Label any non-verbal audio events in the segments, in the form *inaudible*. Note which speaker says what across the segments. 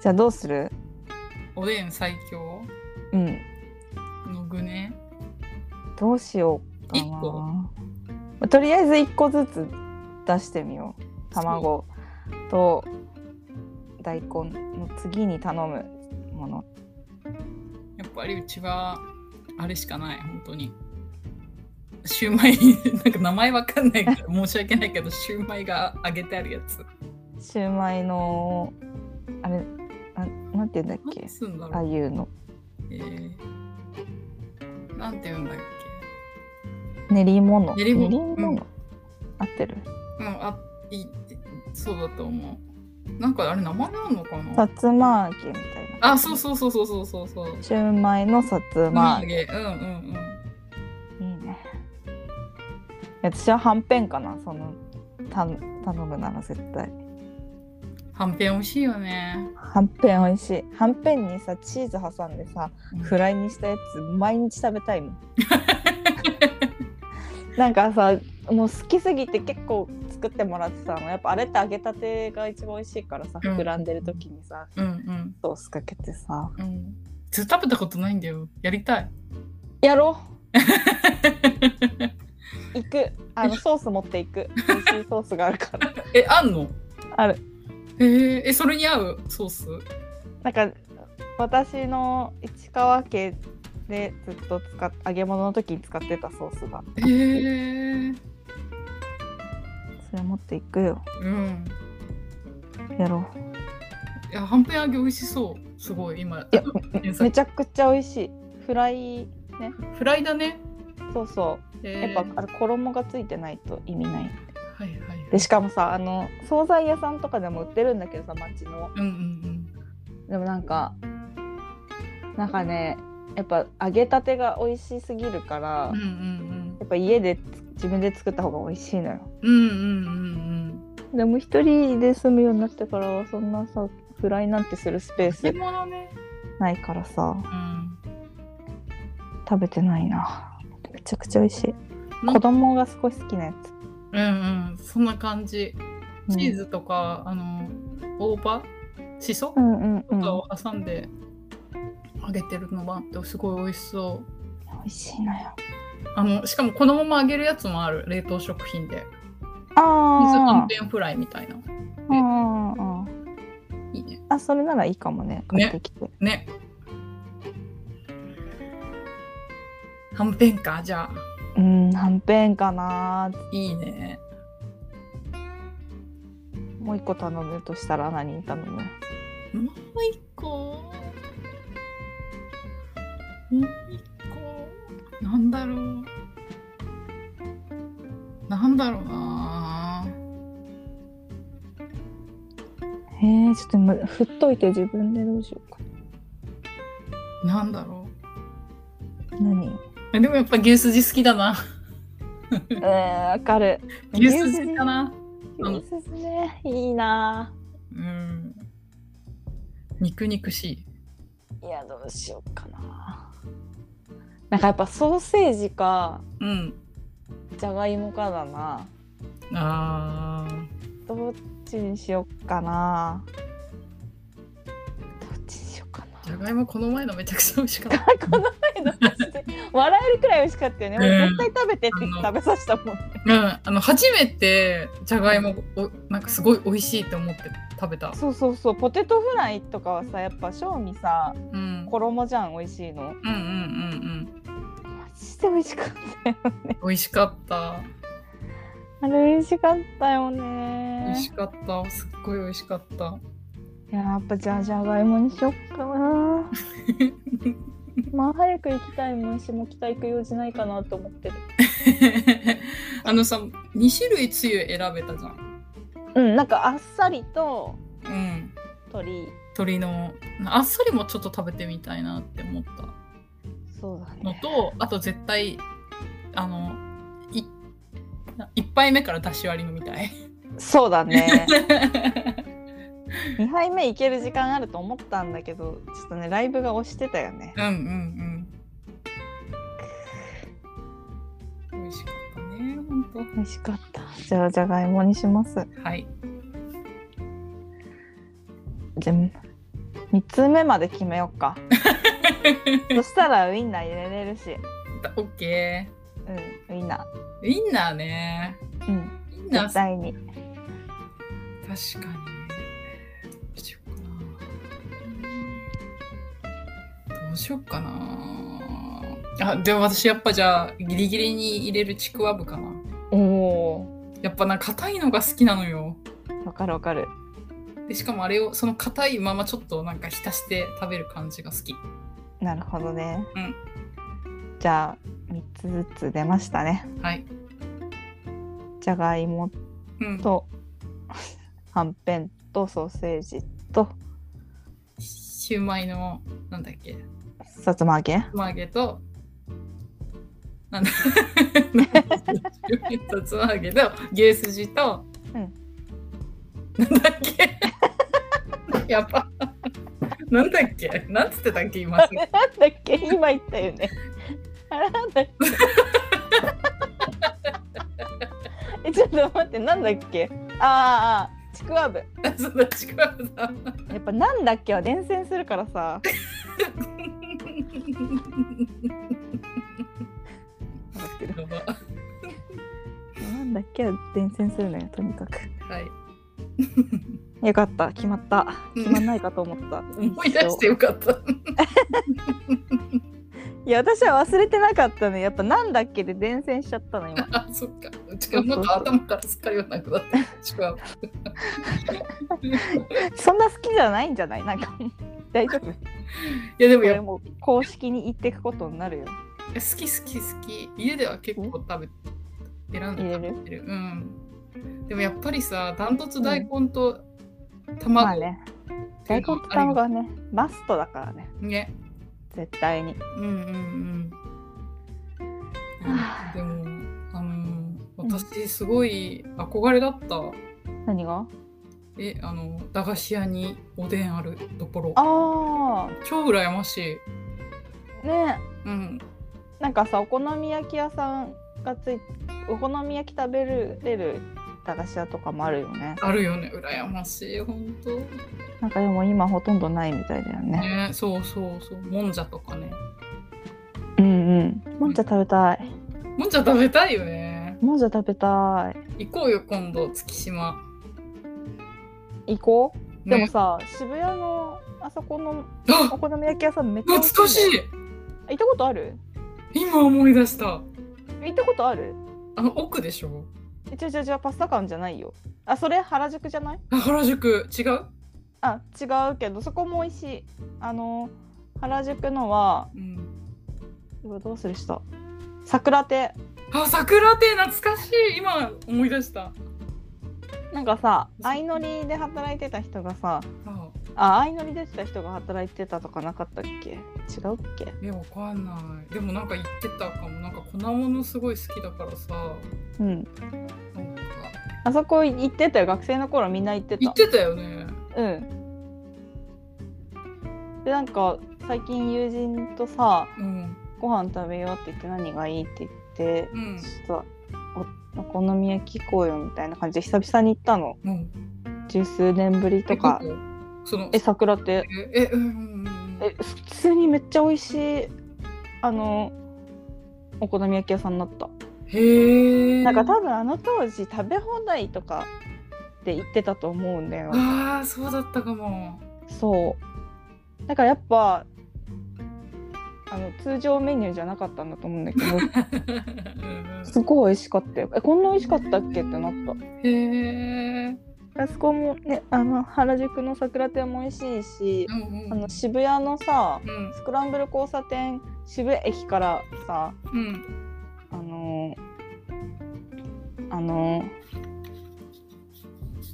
Speaker 1: じゃあどうする
Speaker 2: おでん最強
Speaker 1: うん。
Speaker 2: の具ね。
Speaker 1: どうしようか
Speaker 2: 一個
Speaker 1: な。まあとりあえず一個ずつ出してみよう。卵と大根の次に頼むもの。
Speaker 2: やっぱりうちは、あれしかない、本当に。シューマイ、 *laughs* なんか名前わかんないから申し訳ないけど、シューマイが揚げてあるやつ。
Speaker 1: シューマイのあれななんて言うんだっけ
Speaker 2: 何すんだ
Speaker 1: ああ
Speaker 2: ろう、
Speaker 1: いうの
Speaker 2: えーなんて言うんだっけ
Speaker 1: 練り物
Speaker 2: 練り物うん
Speaker 1: 合ってる
Speaker 2: うん、あ、いい、そうだと思う。なんかあれ名前なのかな
Speaker 1: さつま揚げみたいな
Speaker 2: あ、そうそうそうそうそうそうそう。
Speaker 1: シューマイのさつま揚
Speaker 2: 唐揚
Speaker 1: げ
Speaker 2: げうんうん
Speaker 1: いいね私ははんぺんかなそのた頼むなら絶対
Speaker 2: うん。はんぺん美味しいよね。
Speaker 1: はんぺん美味しいはんぺんにさチーズ挟んでさフライにしたやつ毎日食べたい *laughs* もんなんかさもう好きすぎて結構作ってもらってたのやっぱあれって揚げたてが一番美味しいからさ
Speaker 2: うん
Speaker 1: 膨らんでる時にさ、
Speaker 2: うんうん
Speaker 1: ソースかけてさ
Speaker 2: うん。ずっと食べたことないんだよ。やりたい。
Speaker 1: やろう行くあのソース持っていく美味しいソースがあるから *laughs*
Speaker 2: *laughs* え、あんの
Speaker 1: ある
Speaker 2: へーえ、それに合うソース
Speaker 1: なんか私の市川家でずっと使っ揚げ物の時に使ってたソースが
Speaker 2: へえ。
Speaker 1: それ持っていくよ
Speaker 2: うん。
Speaker 1: やろう
Speaker 2: いや、はんぺん揚げ美味しそう。すごい、今。
Speaker 1: いや
Speaker 2: 検
Speaker 1: め
Speaker 2: 索
Speaker 1: ちゃくちゃ美味しいフライ
Speaker 2: フライだね。
Speaker 1: そうそ
Speaker 2: え
Speaker 1: う
Speaker 2: ー
Speaker 1: やっぱあれ衣がついてないと意味ない
Speaker 2: はいはいはい。
Speaker 1: でしかもさあの惣菜屋さんとかでも売ってるんだけどさ町の
Speaker 2: うんうん
Speaker 1: でもなんかなんかねやっぱ揚げたてが美味しすぎるから、
Speaker 2: うん。うん
Speaker 1: や
Speaker 2: うん
Speaker 1: っぱ家でつ自分で作った方が美味しいのよ
Speaker 2: うん。うんうんうん
Speaker 1: でも一人で住むようになってからはそんなさフライなんてするスペー
Speaker 2: うん。
Speaker 1: ス
Speaker 2: でもね。
Speaker 1: ないからさ
Speaker 2: うん。
Speaker 1: 食べてないなめちゃくちゃ美味しい
Speaker 2: なん
Speaker 1: 子供がすごい好きなやつ
Speaker 2: うんうん。そんな感じ。
Speaker 1: うん
Speaker 2: チーズとか、あの、大葉しそ、
Speaker 1: うんうんうん
Speaker 2: とかを挟んで揚げてるのがあってすごい美味しそう。
Speaker 1: 美味しいのよ
Speaker 2: あのしかもこのまま揚げるやつもある冷凍食品で水は
Speaker 1: あ
Speaker 2: んぺんフライみたいな
Speaker 1: あうんうんうん
Speaker 2: いいね
Speaker 1: あそれならいいかもね買ってきて、
Speaker 2: ねはんぺんかじゃあ
Speaker 1: うんはんぺんかない
Speaker 2: いね
Speaker 1: もう一個頼むとしたら何頼む
Speaker 2: もう一個もう一個なんだろうなんだろうな
Speaker 1: へえちょっとむ振っといて自分でどうしようか
Speaker 2: なんだろ
Speaker 1: 何
Speaker 2: うえでもやっぱ牛すじ好きだな
Speaker 1: うんわかる
Speaker 2: 牛すじかな
Speaker 1: 牛すじねいいな
Speaker 2: うん肉肉しい
Speaker 1: いやどうしようかななんかやっぱソーセージか
Speaker 2: うん
Speaker 1: じゃがいもかだな
Speaker 2: あー
Speaker 1: どっちにしようかなどっちにしようかな *laughs*
Speaker 2: じゃがいもこの前のめちゃくちゃ美味しかった。
Speaker 1: この前の話で笑えるくらい美味しかったよね。俺
Speaker 2: うん
Speaker 1: 絶対食べてって言って食べさせたもん。
Speaker 2: うん、あの初めてじゃがいもをなんかすごい美味しいと思って食べた。
Speaker 1: そうそうそう、ポテトフライとかはさ、やっぱ正味さ、
Speaker 2: うん。
Speaker 1: 衣じゃん、美味しいの。
Speaker 2: うんうんうん
Speaker 1: マジで美味しかったよ。
Speaker 2: うん。美味しかった。
Speaker 1: あれ美味しかったよ
Speaker 2: 美味
Speaker 1: ね
Speaker 2: し。かった。すっごい美味しかった。
Speaker 1: いや、やっぱじゃあじゃがいもにしよっかな。 *laughs* まあ早く行きたいもんし、も北行く用事ないかなと思ってる。
Speaker 2: *laughs* あのさ、二種類つゆ選べたじゃん。
Speaker 1: うん、なんかあっさりと
Speaker 2: うん。
Speaker 1: 鶏。
Speaker 2: 鶏のあっさりもちょっと食べてみたいなって思った
Speaker 1: そうだ
Speaker 2: の
Speaker 1: ね。
Speaker 2: と、あと絶対あのい一杯目から出し割り飲み *laughs* たい。
Speaker 1: そうだ *laughs* ね。2杯目いける時間あると思ったんだけどちょっとねライブが押してたよね
Speaker 2: うんうんうん。美味しかったね、本
Speaker 1: 美味しかったじゃあじゃがいもにします
Speaker 2: 当。はい。
Speaker 1: じゃあ三つ目まで決めよっ *laughs* かそしたらウインナー入れれるし
Speaker 2: オッケ
Speaker 1: うんウインナ
Speaker 2: ー。ウインナーね。
Speaker 1: ーうん
Speaker 2: ウインナー
Speaker 1: 絶対に
Speaker 2: 確かに。どうしようかな。どうしようかな。あ、でも私やっぱじゃあギリギリに入れるちくわぶかな。
Speaker 1: おお
Speaker 2: やっぱな硬いのが好きなのよ。
Speaker 1: わかるわかる
Speaker 2: でしかもあれをその硬いままちょっとなんか浸して食べる感じが好き。
Speaker 1: なるほどね、
Speaker 2: うん
Speaker 1: じゃあ三つずつ出ましたね
Speaker 2: はい。
Speaker 1: じゃがいも
Speaker 2: うん。
Speaker 1: *laughs* とはんぺんとソーセージと
Speaker 2: シューマイのなんだっけ
Speaker 1: さつま揚げ
Speaker 2: マーゲと、 *laughs* なんだ、一つマーゲと、牛すじと、
Speaker 1: うん
Speaker 2: なんだっけ *laughs* やば。なんだっけなんつってたっけ今。
Speaker 1: なんだっけ今言ったよね。あれなんだっけ *laughs* えちょっと待ってなんだっけあーあーちくわぶ
Speaker 2: そうだ、ちくわぶさん。
Speaker 1: やっぱなんだっけは伝染するから *laughs* さ笑ってる
Speaker 2: やば
Speaker 1: なんだっけは伝染するのよとにかく
Speaker 2: はい。
Speaker 1: よかった決まった
Speaker 2: うん
Speaker 1: 決まんないかと思った
Speaker 2: 思い出してよかった。
Speaker 1: いや私は忘れてなかったねやっぱなんだっけで伝染しちゃったの
Speaker 2: *laughs*
Speaker 1: 今
Speaker 2: あ、そっか。ちくわぶなんか頭からすっかりはなくなった。ちくわぶ。
Speaker 1: そんな好きじゃないんじゃないなんか *laughs* 大丈夫こ
Speaker 2: いや、でもやっぱ
Speaker 1: れもう公式に言ってくことになるよ
Speaker 2: 好き好き好き家では結構食べ選んで食べてるうんでもやっぱりさダントツ大根と
Speaker 1: まあ
Speaker 2: 卵
Speaker 1: ね大根と卵はねマストだからね
Speaker 2: ね
Speaker 1: 絶対に
Speaker 2: うんうんうん
Speaker 1: はあ
Speaker 2: でもあの私すごい憧れだった
Speaker 1: 何が
Speaker 2: えあの駄菓子屋におでんあるところ
Speaker 1: あ
Speaker 2: 超羨ましい
Speaker 1: あね
Speaker 2: うん
Speaker 1: なんかさお好み焼き屋さんがついお好み焼き食べれる駄菓子屋とかもあるよね
Speaker 2: あるよね羨ましい本当
Speaker 1: なんかでも今ほとんどないみたいだよね
Speaker 2: ねそうそうそうもんじゃとかね
Speaker 1: うんうんもんじゃ食べたい
Speaker 2: もんじゃ食べたいよね
Speaker 1: もんじゃ食べた
Speaker 2: 行こうよ今度月島
Speaker 1: い行こうでも
Speaker 2: ね
Speaker 1: さ、渋谷のあそこの
Speaker 2: あ
Speaker 1: お好み焼き屋さんめっちゃ美味
Speaker 2: 懐かし
Speaker 1: んだよ
Speaker 2: い
Speaker 1: 行ったことある
Speaker 2: 今思い出した
Speaker 1: 行ったことある
Speaker 2: あの奥でしょ
Speaker 1: え違う違う違うパスタ館じゃないよあそれ原宿じゃない
Speaker 2: あ原宿違う
Speaker 1: あ違うけどそこも美味しいあの原宿のは
Speaker 2: うん
Speaker 1: うわどうするした桜亭
Speaker 2: あ桜亭懐かしい今思い出した
Speaker 1: なんかさ相乗りで働いてた人がさ
Speaker 2: あ
Speaker 1: あ相乗り出てた人が働いてたとかなかったっけ違うっけ
Speaker 2: えわかんないでもなんか言ってたかもなんか粉物すごい好きだからさ
Speaker 1: うん
Speaker 2: なんか
Speaker 1: あそこ行ってたよ学生の頃みんな行って
Speaker 2: 言
Speaker 1: た
Speaker 2: ってたよね
Speaker 1: うんでなんか最近友人とさ
Speaker 2: うん
Speaker 1: ご飯食べようって言って何がいいって言って
Speaker 2: うん
Speaker 1: ちょっとおお好み焼き行こうよみたいな感じで久々に行ったの
Speaker 2: うん
Speaker 1: 十数年ぶりとか
Speaker 2: えどこその
Speaker 1: え桜って
Speaker 2: ええうんうんうん
Speaker 1: え普通にめっちゃ美味しいあのお好み焼き屋さんになった
Speaker 2: へえ
Speaker 1: なんか多分あの当時食べ放題とかって言ってたと思うんだよ
Speaker 2: ああそうだったかも *laughs*
Speaker 1: そうだからやっぱあの通常メニューじゃなかったんだと思うんだけ *laughs* どすごい美味しかったよえこんな美味しかったっけってなった
Speaker 2: へえ。
Speaker 1: あそこもねあの原宿の桜亭も美味しいし
Speaker 2: う、んうん。
Speaker 1: あの渋谷のさ
Speaker 2: うん
Speaker 1: スクランブル交差点渋谷駅からさ
Speaker 2: うん。
Speaker 1: あのあの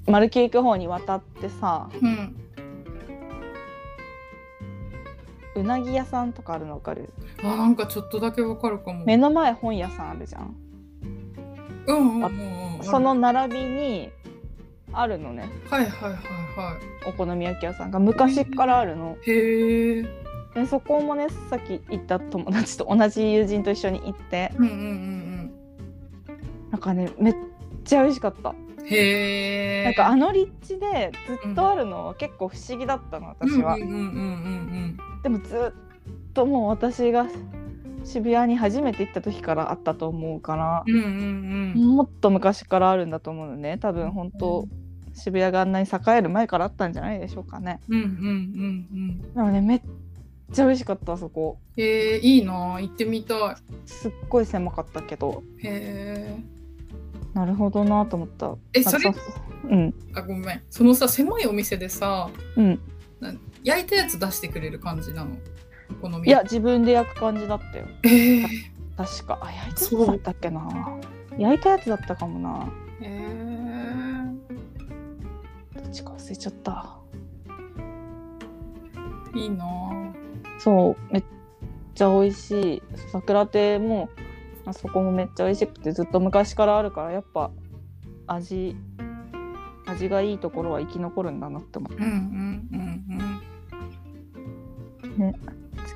Speaker 1: 丸木行く方に渡ってさ
Speaker 2: うん。
Speaker 1: うなぎ屋さんとかあるの分かる
Speaker 2: あ、なんかちょっとだけわかるかも。
Speaker 1: 目の前本屋さんあるじゃん
Speaker 2: うんうんうんうん。
Speaker 1: その。並びにあるのね
Speaker 2: はいはいはいは
Speaker 1: お好み焼き屋さんが昔からあるの
Speaker 2: い。へえ。
Speaker 1: でそこもねさっき行った友達と同じ友人と一緒に行って
Speaker 2: うんうんうん
Speaker 1: なんかねめっちゃ美味しかった
Speaker 2: うん。へえ。
Speaker 1: なんかあの立地でずっとあるのは結構不思議だったの私は
Speaker 2: うん、うんうんうん
Speaker 1: でもずっともう私が渋谷に初めて行った時からあったと思うから
Speaker 2: うんうんうんうん
Speaker 1: もっと昔からあるんだと思うのね多分本当渋谷があんなに栄える前からあったんじゃないでしょうかね
Speaker 2: うんうんうんうん
Speaker 1: でもねめっちゃ美味しかったそこ
Speaker 2: へえいいな行ってみた
Speaker 1: すっごい狭かったけど
Speaker 2: いへ
Speaker 1: なるほどなと思った
Speaker 2: えそれ
Speaker 1: なんかうん
Speaker 2: あごめんそのさ狭いお店でさ
Speaker 1: うん
Speaker 2: 焼いたやつ出してくれる感じなのお好み
Speaker 1: いや自分で焼く感じだったよ
Speaker 2: へえ
Speaker 1: 確かあ焼いたやつだったっけな焼いたやつだったかもな
Speaker 2: へえ
Speaker 1: どっちか忘れちゃった
Speaker 2: いいな
Speaker 1: そうめっちゃ美味しい桜亭もあそこもめっちゃ美味しくてずっと昔からあるからやっぱ味味がいいところは生き残るんだなって思
Speaker 2: うんうんうんうん
Speaker 1: う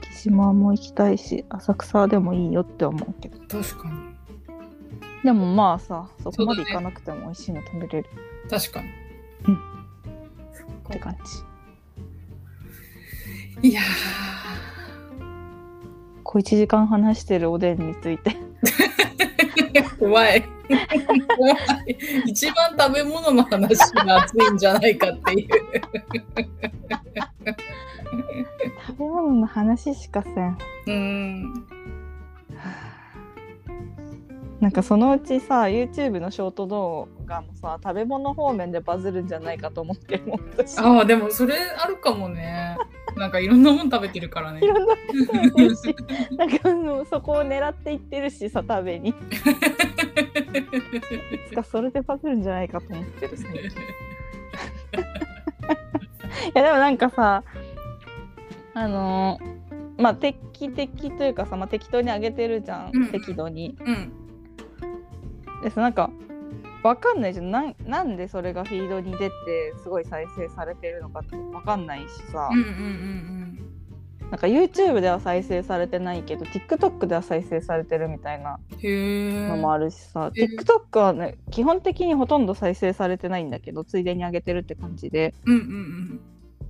Speaker 1: 月島も行きたいし浅草でもいいよって思うけど
Speaker 2: 確かに
Speaker 1: でもまあさそこまで行かなくても美味しいの食べれる
Speaker 2: 確かに
Speaker 1: うん
Speaker 2: そ
Speaker 1: っ
Speaker 2: ってか
Speaker 1: 感じ
Speaker 2: いや
Speaker 1: こう1時間話してるおでんについて
Speaker 2: ー怖い怖い一番食べ物の話が熱いんじゃないかっていう
Speaker 1: 食べ物の話しかせん
Speaker 2: うん
Speaker 1: なんかそのうちさ YouTube のショート動画もさ食べ物方面でバズるんじゃないかと思ってるもん私
Speaker 2: ああでもそれあるかもねなんかいろんなもん食べてるからね
Speaker 1: *laughs* いろんな人もいるし *laughs* なんかあのそこを狙っていってるしさ食べにいつかそれでバズるんじゃないかと思ってる最近いやでもなんかさあのーまあ適的というかさ、まあ、適当にあげてるじゃん、
Speaker 2: うん
Speaker 1: 適度に
Speaker 2: うん
Speaker 1: でさなんかわかんないじゃんなんなんでそれがフィードに出てすごい再生されてるのかってわかんないしさ、
Speaker 2: うんうんうん
Speaker 1: なんか YouTube では再生されてないけど TikTok では再生されてるみたいな
Speaker 2: うんへえ
Speaker 1: のもあるしさ、
Speaker 2: え
Speaker 1: TikTok はね基本的にほとんど再生されてないんだけどついでに上げてるって感じで
Speaker 2: うんうん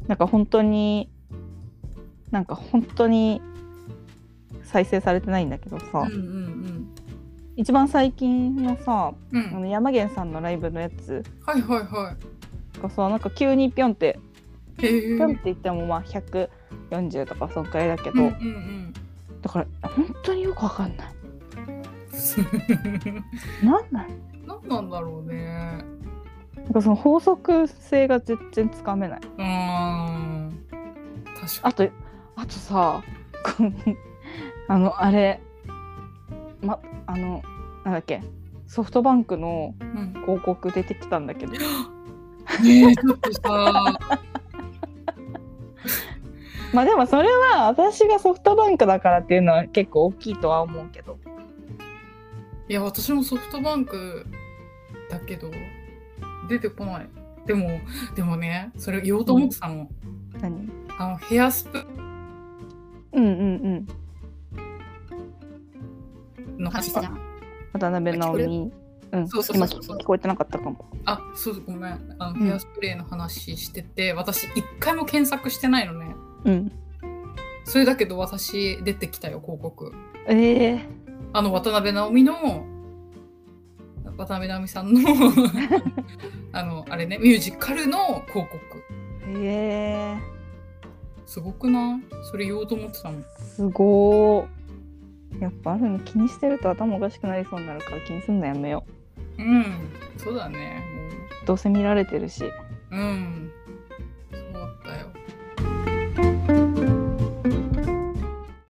Speaker 1: なんか本当になんか本当に再生されてないんだけどさ、
Speaker 2: うんうんうん
Speaker 1: 一番最近のさ
Speaker 2: うんう
Speaker 1: あ
Speaker 2: ん
Speaker 1: の山源さんのライブのやつ
Speaker 2: はいはいは
Speaker 1: がさなんか急にピョンって
Speaker 2: いへえ
Speaker 1: ピョンって言ってもまあ140とかそんくらいだけ
Speaker 2: うん
Speaker 1: ど、
Speaker 2: うんうん
Speaker 1: だから本当によくわかんない *laughs*
Speaker 2: 何
Speaker 1: なんなん
Speaker 2: なんだろうね
Speaker 1: なんかその法則性が全然つかめない。
Speaker 2: うーん確か
Speaker 1: あと、あとさ、このあの、あれ、ま、あの、なんだっけ、ソフトバンクの
Speaker 2: に、うん
Speaker 1: 広告出てきたんだけど、
Speaker 2: ねえちょっとさ *laughs*
Speaker 1: まあでもそれは私がソフトバンクだからっていうのは結構大きいとは思うけど、
Speaker 2: いや私もソフトバンクだけど出てこないでもでもねそれ言おうと思ってたの,、
Speaker 1: 何
Speaker 2: あのヘアスプー
Speaker 1: うんうんうん。
Speaker 2: ンの話だ
Speaker 1: 渡辺直美。うん、
Speaker 2: そうそうそう
Speaker 1: 今
Speaker 2: そうそう
Speaker 1: 聞こえてなかったかも。
Speaker 2: あそうごめんあの、
Speaker 1: うん
Speaker 2: ヘアスプレーの話してて私一回も検索してないのね
Speaker 1: うん。
Speaker 2: それだけど私出てきたよ広告
Speaker 1: ええ
Speaker 2: あの渡辺直美の渡辺直美さんのあのあれねミュージカルの広告
Speaker 1: ええ
Speaker 2: すごくないそれ言おうと思ってたもん
Speaker 1: すごー。やっぱあるの気にしてると頭おかしくなりそうになるから気にすんのやめよう。
Speaker 2: うんそうだね
Speaker 1: どうせ見られてるし
Speaker 2: もううん